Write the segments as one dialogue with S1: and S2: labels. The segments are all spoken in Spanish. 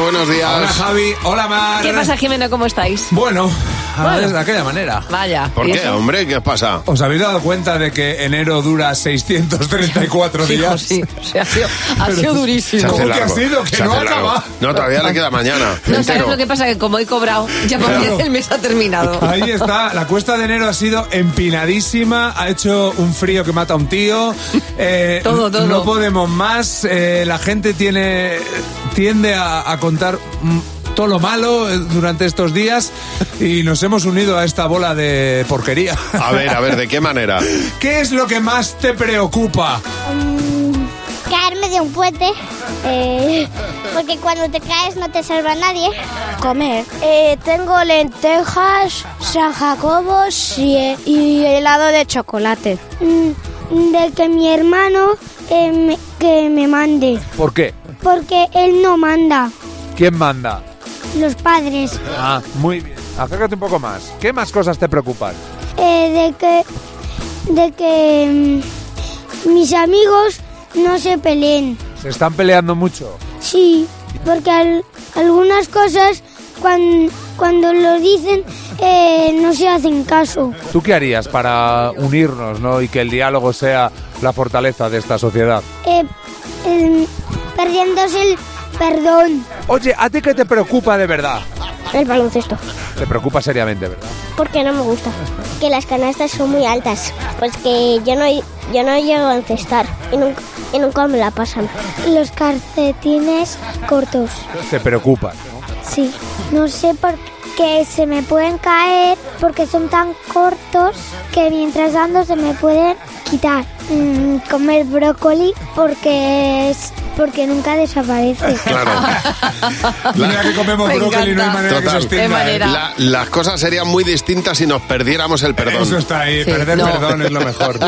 S1: buenos días.
S2: Hola Javi, hola Mar.
S3: ¿Qué pasa, Jimeno? ¿Cómo estáis?
S2: Bueno, a ver, de aquella manera.
S3: Vaya.
S1: ¿Por
S3: ¿y
S1: qué,
S3: eso?
S1: hombre? ¿Qué os pasa?
S2: ¿Os habéis dado cuenta de que enero dura 634
S3: Hijo,
S2: días?
S3: sí, sí, ha sido, ha sido
S1: Se
S3: durísimo.
S1: hace
S2: ¿Cómo que
S1: largo,
S2: ha sido? Que
S1: se
S2: no
S1: hace
S2: acaba.
S1: largo. No, todavía le queda mañana.
S3: No sabes
S1: entero.
S3: lo que pasa, que como he cobrado, ya por
S2: Claro.
S3: el mes ha terminado.
S2: Ahí está, la cuesta de enero ha sido empinadísima, ha hecho un frío que mata a un tío. eh,
S3: Todo, todo.
S2: No podemos más, eh, la gente tiene tiende a, a contar mm, todo lo malo eh, durante estos días y nos hemos unido a esta bola de porquería.
S1: A ver, a ver, ¿de qué manera?
S2: ¿Qué es lo que más te preocupa?
S4: Mm, Caerme de un puente, eh, porque cuando te caes no te salva nadie. Comer. tengo lentejas, San Jacobos y, helado de chocolate. de que mi hermano eh, me- que me mande,
S2: ¿Por qué?
S4: porque él no manda,
S2: ¿Quién manda?
S4: los padres.
S2: Ah, muy bien. Acércate un poco más. ¿Qué más cosas te preocupan?
S4: Eh, de que, de que mm, mis amigos no se peleen.
S2: ¿Se están peleando mucho?
S4: Sí, porque al- algunas cosas cuan- cuando lo dicen eh, no se hacen caso.
S2: ¿Tú qué harías para unirnos ¿no? y que el diálogo sea la fortaleza de esta sociedad?
S4: Eh, em, perdiéndose el perdón.
S2: Oye, ¿a ti qué te preocupa de verdad?
S4: El baloncesto,
S2: Te preocupa seriamente, ¿verdad?
S4: porque no me gusta. Que las canastas son muy altas, pues que yo no, yo no llego a encestar y nunca, y nunca me la pasan. Los calcetines cortos.
S2: Te preocupa. ¿no?
S4: Sí, no sé por qué se me pueden caer porque son tan cortos que mientras ando se me pueden quitar. Mm, comer brócoli porque es porque nunca desaparece.
S1: Claro. La-
S2: Mira que comemos
S3: Me
S2: brócoli y no hay
S3: encanta.
S2: manera que
S1: Total.
S2: sostenga.
S3: Qué
S2: ¿eh?
S3: manera.
S1: la- las cosas serían muy distintas si nos perdiéramos el perdón.
S2: Eso está ahí,
S3: Sí,
S2: perder
S3: no.
S2: perdón es lo mejor.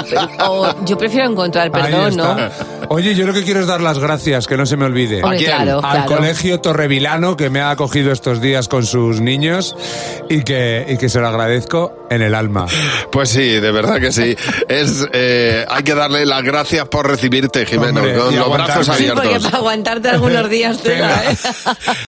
S3: O yo prefiero encontrar
S2: Ahí
S3: perdón,
S2: está.
S3: ¿no?
S2: Oye, yo lo que quiero es dar las gracias, que no se me olvide.
S1: ¿A
S3: Hombre,
S1: quién?
S3: claro,
S2: al
S3: claro.
S2: colegio Torrevilano que me ha acogido estos días con sus niños y que, y que se lo agradezco en el alma.
S1: Pues sí, de verdad que sí. Es, eh, hay que darle las gracias por recibirte, Jimeno,
S2: Hombre,
S1: con
S2: y
S1: los brazos
S2: aguantarme.
S3: Sí, porque
S1: abiertos.
S3: para aguantarte algunos días, tela,
S2: Tela.
S3: ¿eh?